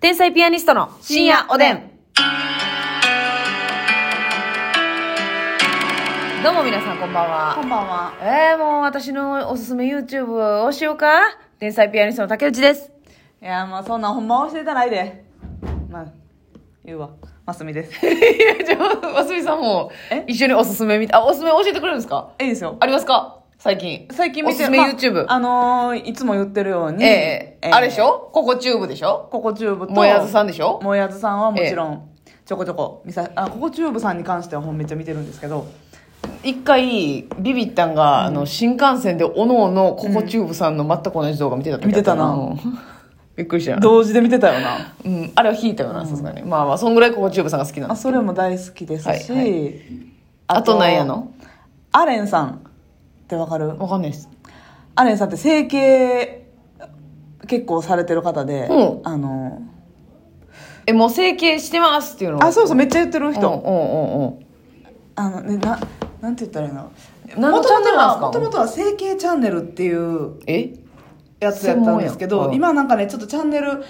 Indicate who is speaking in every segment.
Speaker 1: 天才ピアニストの深夜おでん。どうも皆さんこんばん
Speaker 2: こ
Speaker 1: は。
Speaker 2: んばんは。
Speaker 1: えー、もう私のおすすめ YouTube をしようか天才ピアニストの竹内です。
Speaker 2: いや、もうそんなんほんま教えてないで。まあ、言うわ。ますみです。
Speaker 1: いや、じゃあ、ますみさんも
Speaker 2: え
Speaker 1: 一緒におすすめ見て、あ、おすすめ教えてくれるんですか
Speaker 2: いいですよ。
Speaker 1: ありますか最近。
Speaker 2: 最近見て
Speaker 1: おすすめ
Speaker 2: まあ
Speaker 1: YouTube
Speaker 2: あのーいつも言ってるように。
Speaker 1: ええあれでしょここチューブでしょ
Speaker 2: ここチューブと。
Speaker 1: もやずさんでしょ
Speaker 2: もやずさんはもちろん、ちょこちょこ見さ、あ、ここチューブさんに関してはほんめっちゃ見てるんですけど。
Speaker 1: 一回ビビったんが、あの新幹線でおのおのココチューブさんの全く同じ動画見てた時あっ
Speaker 2: 見
Speaker 1: うんびっくりした
Speaker 2: 同時で見てた よな。
Speaker 1: うん、あれは引いたよなさすがにまあまあそんぐらいココチューブさんが好きなん
Speaker 2: あ、
Speaker 1: です
Speaker 2: それも大好きですし。
Speaker 1: はいはあとなんやの
Speaker 2: アレンさんってわかる
Speaker 1: わかんないです
Speaker 2: アレンさんって整形結構されてる方で、
Speaker 1: うん
Speaker 2: あの
Speaker 1: えもう整形してますっていうの
Speaker 2: あそうそうめっちゃ言ってる
Speaker 1: うん
Speaker 2: 人、
Speaker 1: うんうんうん
Speaker 2: あのねななんて言ったらいいの
Speaker 1: 何の
Speaker 2: 元々
Speaker 1: チャンネルなん
Speaker 2: は
Speaker 1: すか
Speaker 2: もともとは整形チャンネルっていう
Speaker 1: え
Speaker 2: やつやったんですけ
Speaker 1: 専門や
Speaker 2: ど
Speaker 1: んうん
Speaker 2: 今なんかねちょっとチャンネル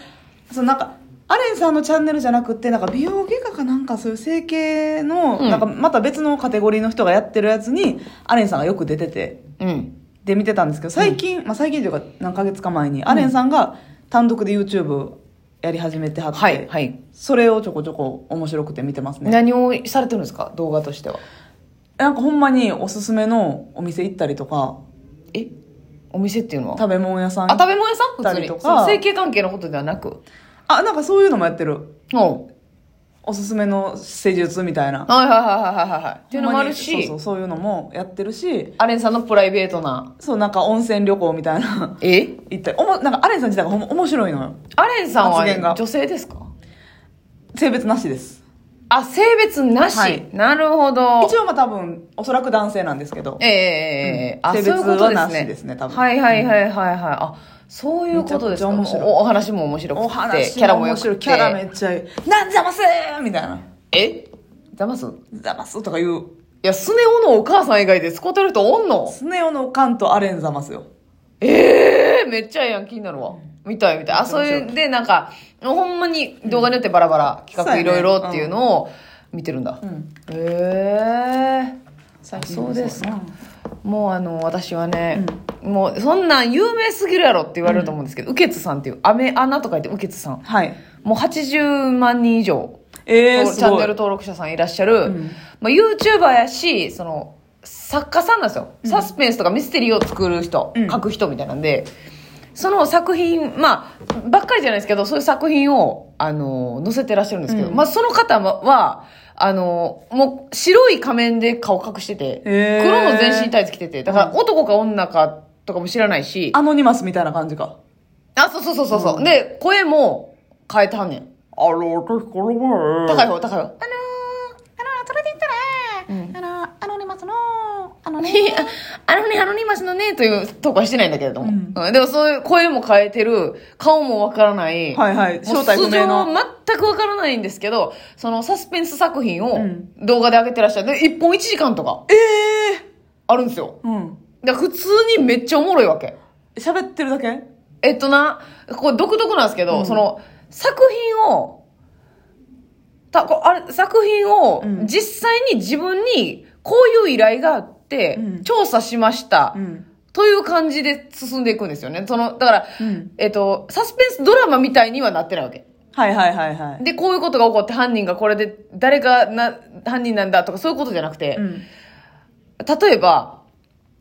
Speaker 2: そのなんかアレンさんのチャンネルじゃなくってなんか美容外科かなんかそういう整形の、
Speaker 1: うん
Speaker 2: なんかまた別のカテゴリーの人がやってるやつにアレンさんがよく出てて
Speaker 1: うん
Speaker 2: で見てたんですけど最近、まあ、最近というか何ヶ月か前にアレンさんが単独で YouTube やり始めてはって、
Speaker 1: はいはい
Speaker 2: それをちょこちょこ面白くて見てますね
Speaker 1: 何をされてるんですか動画としては
Speaker 2: なんかほんまにおすすめのお店行ったりとか
Speaker 1: えお店っていうのは
Speaker 2: 食べ物屋さん
Speaker 1: あ食べ物屋さん普通に
Speaker 2: 行ったりと
Speaker 1: そ
Speaker 2: か
Speaker 1: の整形関係のことではなく
Speaker 2: あなんかそういうのもやってる
Speaker 1: うん
Speaker 2: おすすめの施術みたいな
Speaker 1: はいはいはいはいはいはいっていうのもある
Speaker 2: ほんまに
Speaker 1: し
Speaker 2: そうそうそういうのもやってるし
Speaker 1: アレンさんのプライベートな
Speaker 2: そうなんか温泉旅行みたいな
Speaker 1: え
Speaker 2: 行ったりおもなんかアレンさん自体がほんま面白いのよ
Speaker 1: アレンさんは
Speaker 2: 発言が
Speaker 1: 女性ですか
Speaker 2: 性別なしです
Speaker 1: あ性別なし、
Speaker 2: はい
Speaker 1: なるほど
Speaker 2: 一応まあ多分おそらく男性なんですけど
Speaker 1: ええええええ
Speaker 2: うん
Speaker 1: あ
Speaker 2: 性
Speaker 1: そう
Speaker 2: 別
Speaker 1: いうことで
Speaker 2: は
Speaker 1: す
Speaker 2: なし
Speaker 1: ね
Speaker 2: ですね多分
Speaker 1: はいはいはいはいはいあそういうことですか
Speaker 2: めちゃくちゃ面白い
Speaker 1: おお話も面白くて
Speaker 2: お話
Speaker 1: キャラもよ
Speaker 2: 面
Speaker 1: く
Speaker 2: 白
Speaker 1: て
Speaker 2: いキャラめっちゃいいなんざますみたいな
Speaker 1: えざますい
Speaker 2: ざますとか言う
Speaker 1: やスネ夫のお母さん以外で使ってる人おんの
Speaker 2: スネ夫のカンとアレンざますよ
Speaker 1: ええめっちゃええやん気になるわみたいみたいあそういうでなんかほんまに動画によってバラバラ企
Speaker 2: そう
Speaker 1: 画
Speaker 2: や
Speaker 1: い
Speaker 2: ね
Speaker 1: ろいろっていうのを見てるんだ、
Speaker 2: ん
Speaker 1: へえ
Speaker 2: 最
Speaker 1: 近
Speaker 2: 近
Speaker 1: そうです
Speaker 2: か
Speaker 1: もうあの私はね、もうそんなん有名すぎるやろって言われると思うんですけど、ウケツさんっていうアメアナと書いてウケツさん
Speaker 2: はい
Speaker 1: もう80万人以上、
Speaker 2: ええー、すごい
Speaker 1: チャンネル登録者さんいらっしゃる、
Speaker 2: ん
Speaker 1: まあ、YouTuber やしその作家さんなんですよ、サスペンスとかミステリーを作る人、
Speaker 2: うん
Speaker 1: 書く人みたいなんでその作品まあばっかりじゃないですけどそういう作品をあの載せてらっしゃるんですけど、
Speaker 2: うん
Speaker 1: まあ、その方はあのもう白い仮面で顔隠してて、
Speaker 2: へー
Speaker 1: 黒の全身タイツ着ててだから男か女かとかも知らないし、
Speaker 2: アノニマスみたいな感じか
Speaker 1: あそうそうそうそうそう、で声も変えてはんねん
Speaker 2: あら私この前
Speaker 1: 高い方高い方
Speaker 3: あのー、あのー、それで言ったら、あのー、アノニマスの、あのね、
Speaker 1: あのね、あのね、マシのね、という投稿はしてないんだけれども。
Speaker 2: うん
Speaker 1: うんでもそういう声も変えてる、顔もわからない。
Speaker 2: はいはい
Speaker 1: もう
Speaker 2: 正体不明の
Speaker 1: 素性は全くわからないんですけど、そのサスペンス作品を
Speaker 2: ん
Speaker 1: 動画で上げてらっしゃる。で、1本1時間とか
Speaker 2: ええ
Speaker 1: あるんですよ。
Speaker 2: ー、うん
Speaker 1: だから普通にめっちゃおもろいわけ。
Speaker 2: 喋ってるだけ
Speaker 1: えっとな、これ独特なんですけど、
Speaker 2: うん
Speaker 1: その作品を、たこあれ作品を
Speaker 2: うん
Speaker 1: 実際に自分にこういう依頼があって、
Speaker 2: うん
Speaker 1: 調査しました。
Speaker 2: ん
Speaker 1: という感じで進んでいくんですよね。その、だから、
Speaker 2: うん
Speaker 1: えっと、サスペンスドラマみたいにはなってないわけ。
Speaker 2: はいはいはいはい
Speaker 1: で、こういうことが起こって犯人がこれで、誰がな、犯人なんだとかそういうことじゃなくて、
Speaker 2: ん
Speaker 1: 例えば、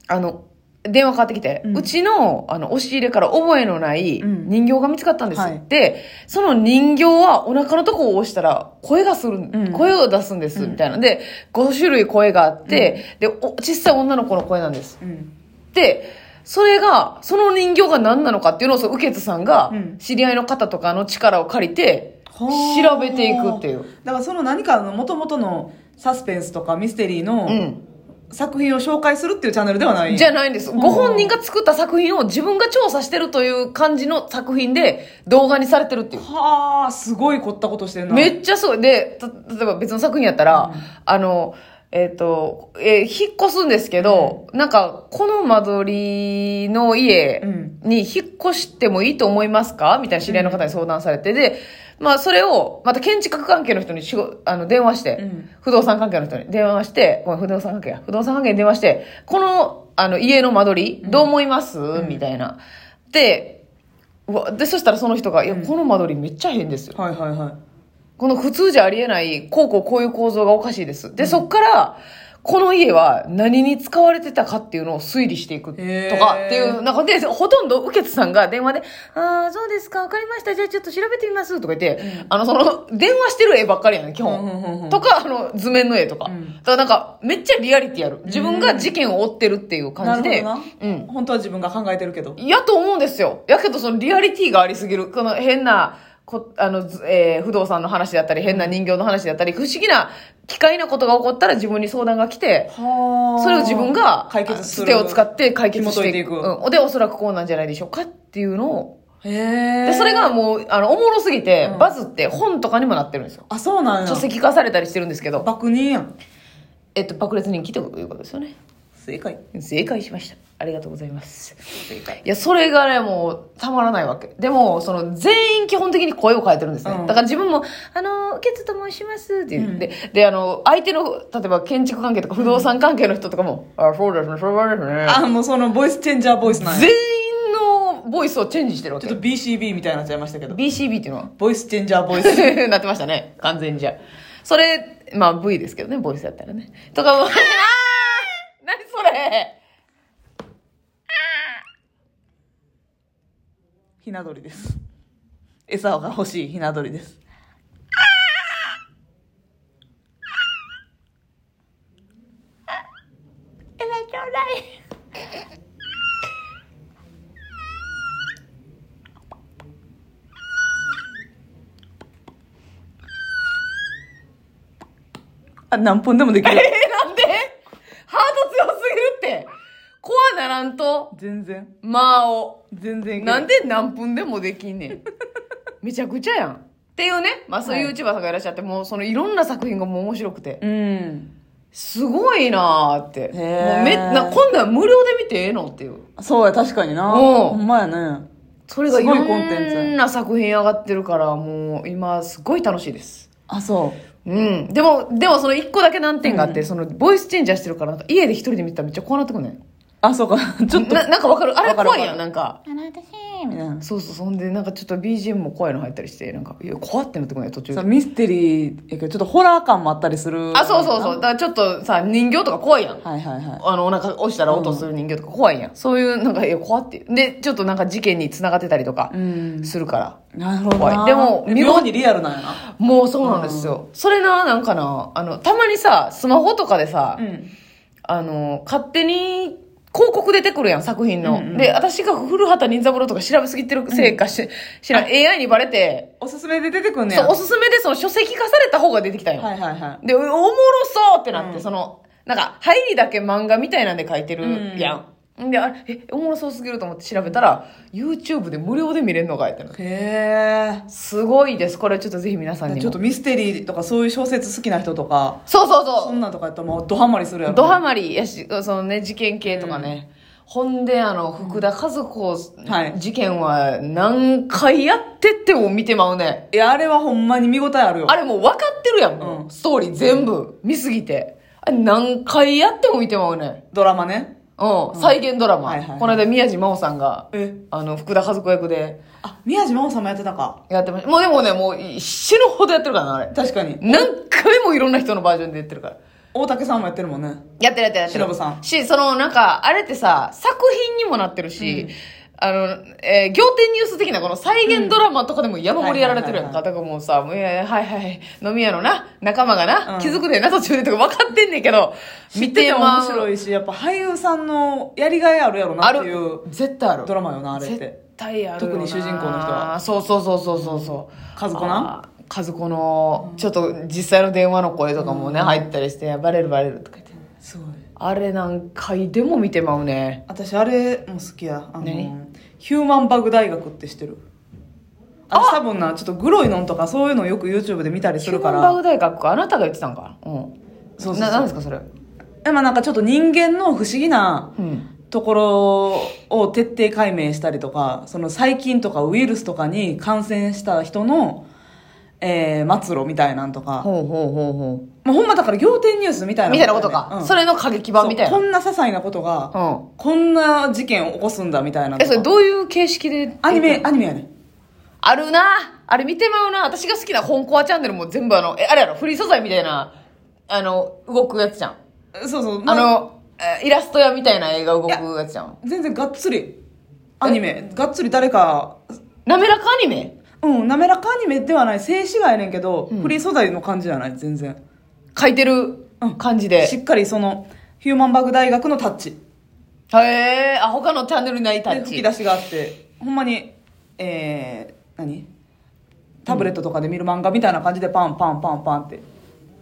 Speaker 1: あの、電話かかってきて、う
Speaker 2: うん
Speaker 1: ちの、あの、押し入れから覚えのない
Speaker 2: うん
Speaker 1: 人形が見つかったんです
Speaker 2: はい
Speaker 1: って、その人形はお腹のとこを押したら声がする、
Speaker 2: ん
Speaker 1: 声を出すんです、みたいな。で、5種類声があって、で、お小さい女の子の声なんです。
Speaker 2: うん
Speaker 1: で、それが、その人形が何なのかっていうのを、そのウケツさんが
Speaker 2: う、ん
Speaker 1: 知り合いの方とかの力を借りて、調べていくっていう。
Speaker 2: だからその何かの元々のサスペンスとかミステリー
Speaker 1: う
Speaker 2: の
Speaker 1: ん。
Speaker 2: 作品を紹介するっていうチャンネルではない
Speaker 1: じゃないんです。
Speaker 2: うん
Speaker 1: ご本人が作った作品を自分が調査してるという感じの作品で動画にされてるっていう。
Speaker 2: はあすごい凝ったことしてんな
Speaker 1: めっちゃすごい。で、た例えば別の作品やったら、あの、えっ、と、えー引っ越すんですけど、なんか、この間取りの家
Speaker 2: うん
Speaker 1: に引っ越してもいいと思いますかみたいな知り合いの方に相談されて、で、まあ、それを、また建築関係の人に仕事あの、電話して、
Speaker 2: うん
Speaker 1: 不動産関係の人に電話して、ごめん、不動産関係や、不動産関係に電話して、この、あの、家の間取り、どう思います、みたいな。で、うわで、そしたらその人が、いや、この間取りめっちゃ変ですよ。
Speaker 2: はいはいはい。
Speaker 1: この普通じゃありえない、こうこうこういう構造がおかしいです。で、そっから、この家は何に使われてたかっていうのを推理していくと
Speaker 2: へー
Speaker 1: かっていう、なんかで、ほとんど受けさんが電話で、ああ、そうですか、わかりました、じゃあちょっと調べてみますとか言って、あの、その、電話してる絵ばっかりやねん、基
Speaker 2: うんうんうんう
Speaker 1: 本。
Speaker 2: ん
Speaker 1: とか、あの、図面の絵とか。
Speaker 2: うん
Speaker 1: だからなんか、めっちゃリアリティある。自分が事件を追ってるっていう
Speaker 2: な
Speaker 1: 感
Speaker 2: る
Speaker 1: じ
Speaker 2: ほど
Speaker 1: で、
Speaker 2: な。
Speaker 1: うん。
Speaker 2: 本当は自分が考えてるけど。
Speaker 1: やと思うんですよ。やけどそのリアリティがありすぎる。この変な、こあの、ずえー不動産の話だったり、変な人形の話だったり、不思議な、機械なことが起こったら自分に相談が来て、
Speaker 2: は
Speaker 1: それを自分が、
Speaker 2: 解決す
Speaker 1: つ
Speaker 2: る。
Speaker 1: てを使って解決していく。
Speaker 2: 紐解いてい
Speaker 1: うん。で、おそらくこうなんじゃないでしょうかっていうのを。
Speaker 2: く。へ
Speaker 1: で、
Speaker 2: え。
Speaker 1: それが、もう、あの、おもろすぎて、
Speaker 2: うん
Speaker 1: バズって本とかにもなってるんですよ。
Speaker 2: あ、そうなんや
Speaker 1: 書。籍化されたりしてるんですけど、
Speaker 2: 爆人やん。
Speaker 1: えっと、爆裂人気ということですよね。
Speaker 2: 正解。
Speaker 1: 正解しました。ありがとうございます。
Speaker 2: 正解。
Speaker 1: いや、それがね、もう、たまらないわけ。でも、その、全員基本的に声を変えてるんですね。
Speaker 2: うん
Speaker 1: だから自分も、あの、ケツと申しますって言って、
Speaker 2: うん
Speaker 1: で、であの、相手の、例えば建築関係とか不動産関係の人とかも、あ、そうですね、そうですね。
Speaker 2: あ、もうそのボイスチェンジャーボイスなんや。
Speaker 1: 全員のボイスをチェンジしてるわ
Speaker 2: ち
Speaker 1: け
Speaker 2: ょっ。と BCB みたいになっちゃいましたけど。
Speaker 1: BCB っていうのは
Speaker 2: ボイスチェンジャーボイス。
Speaker 1: なってましたね。完全にじゃあ。それ、まあ V ですけどね、ボイスだったらね。とかも、あー 何それ
Speaker 2: ひな鳥です。餌が欲しいひな鳥です。
Speaker 3: えらいちょうだい。
Speaker 2: あ、何分でもでき る
Speaker 1: え。ー、なんでハート強すぎるって。コアならんと、
Speaker 2: 全然。
Speaker 1: まあを。
Speaker 2: 全然いける
Speaker 1: なんで何分でもできんね ん。めちゃくちゃやん。っていうね、まあそういう YouTuber さんがいらっしゃって、もうそのいろんな作品がもう面白くて、
Speaker 2: うん。
Speaker 1: すごいなーって。もう
Speaker 2: ー
Speaker 1: めな今度は無料で見てええのっていう。
Speaker 2: そうや、確かにな。
Speaker 1: うん
Speaker 2: ほんまやね。
Speaker 1: それがいろ
Speaker 2: すごいコンテンツ
Speaker 1: んな作品上がってるから、もう今すごい楽しいです。
Speaker 2: あ、そ
Speaker 1: うん。でも、でもその一個だけ難点があって、そのボイスチェンジャーしてるから、なんか家で一人で見てたらめっちゃ怖なってくんねん。
Speaker 2: う。あ、そうか。 ちょっと。
Speaker 1: ななんかわかるあれ
Speaker 2: わかる
Speaker 1: 怖い
Speaker 2: わ
Speaker 1: や
Speaker 2: か
Speaker 1: ん、
Speaker 2: る
Speaker 1: なんか。
Speaker 3: あの、私、
Speaker 2: みたいな
Speaker 1: そうそう、そんで、なんかちょっと BGM も怖いの入ったりして、なんか、いや、怖ってなってこない、途中
Speaker 2: そう
Speaker 1: で。
Speaker 2: ミステリーやけど、ちょっとホラー感もあったりする。
Speaker 1: あ、そうそうそう。だからちょっとさ、人形とか怖いやん。
Speaker 2: はいはいはい。
Speaker 1: あの、お腹押したら音する人形とか怖いやん。そういう、なんか、いや、怖って。で、ちょっとなんか事件に繋がってたりとか
Speaker 2: う、ん。
Speaker 1: するから。
Speaker 2: なるほど
Speaker 1: 怖
Speaker 2: な。
Speaker 1: いでも見事
Speaker 2: 妙にリアルなんやな。
Speaker 1: もうそうなんですよ。それな、なんかな、あの、たまにさ、スマホとかでさ、
Speaker 2: ん。
Speaker 1: あの、勝手に、広告出てくるやん、作品の。
Speaker 2: うんうん
Speaker 1: で、私が古畑任三郎とか調べすぎてるせいかし、知らん、AI にバレて、
Speaker 2: おすすめで出てくんねや。
Speaker 1: そう、おすすめでその書籍化された方が出てきたんよ。
Speaker 2: はいはいは
Speaker 1: で、おおもろそうってなって、
Speaker 2: うん
Speaker 1: その、なんか、入りだけ漫画みたいなんで書いてるやん。で、あれ、え、おもろそうすぎると思って調べたら、YouTube で無料で見れるのかいってなって
Speaker 2: い。へ
Speaker 1: すごいです。これちょっとぜひ皆さん
Speaker 2: え。
Speaker 1: に
Speaker 2: ちょ
Speaker 1: も。
Speaker 2: っとミステリーとかそういう小説好きな人とか、
Speaker 1: そうそう
Speaker 2: そ
Speaker 1: そ
Speaker 2: んなんとかやったらもうドハマりするや
Speaker 1: う。
Speaker 2: ろ。
Speaker 1: ドハマりやし、そのね、事件系とかね。ほんで、あの、福田和子
Speaker 2: はい
Speaker 1: 事件は何回やってっても見てまうね。
Speaker 2: いや、あれはほんまに見応えあるよ。
Speaker 1: あれもう分かってるやん、もう
Speaker 2: うん
Speaker 1: ストーリー全部見すぎて。あれ何回やっても見てまうね。
Speaker 2: ドラマね。
Speaker 1: うん、再現ドラマ。
Speaker 2: はいはいはい
Speaker 1: この間、宮地真央さんが、
Speaker 2: え
Speaker 1: あの、福田和子役で
Speaker 2: あ、宮島さんもやってたか。
Speaker 1: やってました。もうでもね、もう死ぬほどやってるからな、あれ。
Speaker 2: 確かに。
Speaker 1: 何回もいろんな人のバージョンでやってるから。
Speaker 2: 大竹さんもやってるもんね。
Speaker 1: やってるやってるやってる。
Speaker 2: 忍さん
Speaker 1: し、その、なんか、あれってさ、作品にもなってるし、あの、えー仰天ニュース的なこの再現ドラマとかでも山盛りやられてるやんか。
Speaker 2: うん
Speaker 1: だからもうさ、もういやいや、はいはい、飲み屋のな、仲間がな、
Speaker 2: うん
Speaker 1: 気づくでな、途中でとか分かってんねんけど、見て
Speaker 2: も
Speaker 1: ま
Speaker 2: 面白
Speaker 1: い
Speaker 2: いし、やっぱ俳優さんのやりがいあるやろな
Speaker 1: あ
Speaker 2: ってい
Speaker 1: る
Speaker 2: う。
Speaker 1: 絶対ある。
Speaker 2: ドラマよな、あれっ
Speaker 1: 絶
Speaker 2: て。
Speaker 1: 対あるよな
Speaker 2: 特に主人公の人は
Speaker 1: そうそうそうそうそうそう
Speaker 2: 和子な
Speaker 1: あー和子のちょっと実際の電話の声とかもね、入ったりしてバレるバレるとか言って
Speaker 2: すごい。
Speaker 1: あれ何回でも見てまうね
Speaker 2: 私、あれも好きや。あの
Speaker 1: 何、
Speaker 2: ヒューマンバグ大学って知ってる。あ多分な、ちょっとグロいのんとかそういうのよく YouTube で見たりす
Speaker 1: ヒュ
Speaker 2: る
Speaker 1: ー
Speaker 2: か
Speaker 1: マンバ
Speaker 2: ら
Speaker 1: グ、大学かあなたが言ってたんかうん
Speaker 2: そうそうそう
Speaker 1: ななんですかそれ
Speaker 2: えまあなんかちょっと人間の不思議な
Speaker 1: うん
Speaker 2: ところを徹底解明したりとか、その細菌とかウイルスとかに感染した人の、えー、末路みたいなんとか、
Speaker 1: ほうほうほうほ
Speaker 2: まあ、ほんまだから仰天ニュースみたいうな、
Speaker 1: みたいなことか、
Speaker 2: うん
Speaker 1: それの過激版みたいな
Speaker 2: そううこんな些細なことが、
Speaker 1: ん
Speaker 2: こんな事件を起こすんだみたいなと
Speaker 1: え
Speaker 2: か
Speaker 1: それどういう形式で
Speaker 2: アニメアニメやね
Speaker 1: あるなあれ見てまうな私が好きな本コアチャンネルも全部あのえあれやろフリー素材みたいなあの動くやつじゃん
Speaker 2: そうそう
Speaker 1: あ
Speaker 2: ま
Speaker 1: の、えーイラスト屋みたいな映画動くやつじゃん。
Speaker 2: 全然がっつりアニメがっつり誰か
Speaker 1: 滑らかアニメ
Speaker 2: うん滑らかアニメではない静止画やねんけど、
Speaker 1: うん
Speaker 2: フリー素材の感じじゃない全然
Speaker 1: 書いてる
Speaker 2: うん
Speaker 1: 感じで
Speaker 2: し。っかりそのヒューマンバグ大学のタッチ
Speaker 1: へえ、あ、他のチャンネルにないタ
Speaker 2: で
Speaker 1: ッ
Speaker 2: 吹き
Speaker 1: チ。
Speaker 2: 出しがあってほんまにえー、何タブレットとかで見る漫画みたいな感じでパンパンパンパンって、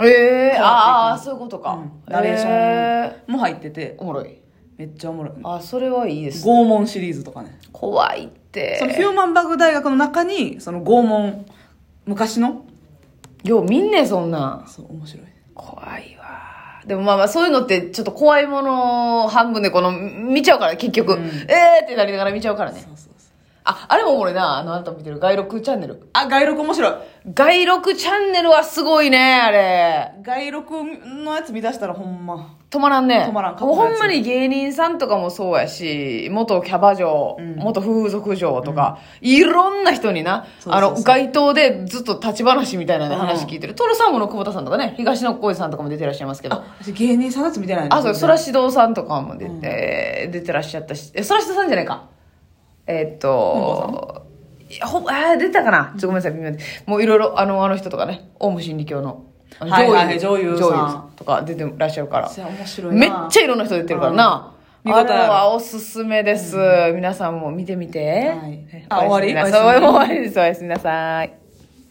Speaker 1: ええ、
Speaker 2: く
Speaker 1: ああ、そういうことか。
Speaker 2: うんナレーショ
Speaker 1: へ
Speaker 2: ンも入ってて
Speaker 1: ーおもろい。
Speaker 2: めっちゃおもろい
Speaker 1: あ、それはいいです。
Speaker 2: 拷問シリーズとかね
Speaker 1: 怖いって。
Speaker 2: そのヒューマンバグ大学の中にその拷問昔の
Speaker 1: よう見んねそんなん。
Speaker 2: そう面白い
Speaker 1: 怖いわ。でもまあまあそういうのってちょっと怖いもの半分でこの見ちゃうから結局、
Speaker 2: うん
Speaker 1: えーってなりながら見ちゃうからね
Speaker 2: そうそうそう
Speaker 1: ああれもおもろいなあのあなた見てる外録チャンネル
Speaker 2: あ外録面白い
Speaker 1: 外録チャンネルはすごいね、あれ。
Speaker 2: 外録のやつ見出したらほんま
Speaker 1: 止まらんね。
Speaker 2: 止まらん
Speaker 1: もうほんまに芸人さんとかもそうやし、元キャバ嬢、
Speaker 2: うん
Speaker 1: 元風俗嬢とか、いろんな人にな、
Speaker 2: そうそうそう
Speaker 1: あの、街頭でずっと立ち話みたいなね、
Speaker 2: うん
Speaker 1: 話聞いてる。トロサーモンの久保田さんとかね、東野浩二さんとかも出てらっしゃいますけど。
Speaker 2: あ私芸人さんのやつ見てないね
Speaker 1: あ、そう、そらしどうさんとかも出て、出てらっしゃったし、え、そらしどうさんじゃないか。えーっと、いやほぼ、あー出てたかなちょっとごめんなさい、微妙で。もういろいろ、あの、あの人とかね、オウム真理教の、あの
Speaker 2: はいはいはい女優さん
Speaker 1: とか出てらっしゃるから。
Speaker 2: そう面白いな
Speaker 1: めっちゃいろんな人出てるからな。
Speaker 2: うん見
Speaker 1: あ
Speaker 2: 応えあ
Speaker 1: れ
Speaker 2: る
Speaker 1: はおすすめです。皆さんも見てみて。
Speaker 2: はいあ
Speaker 1: おやすみなさい
Speaker 2: 終わり
Speaker 1: もう終わりです。おやすみなさい。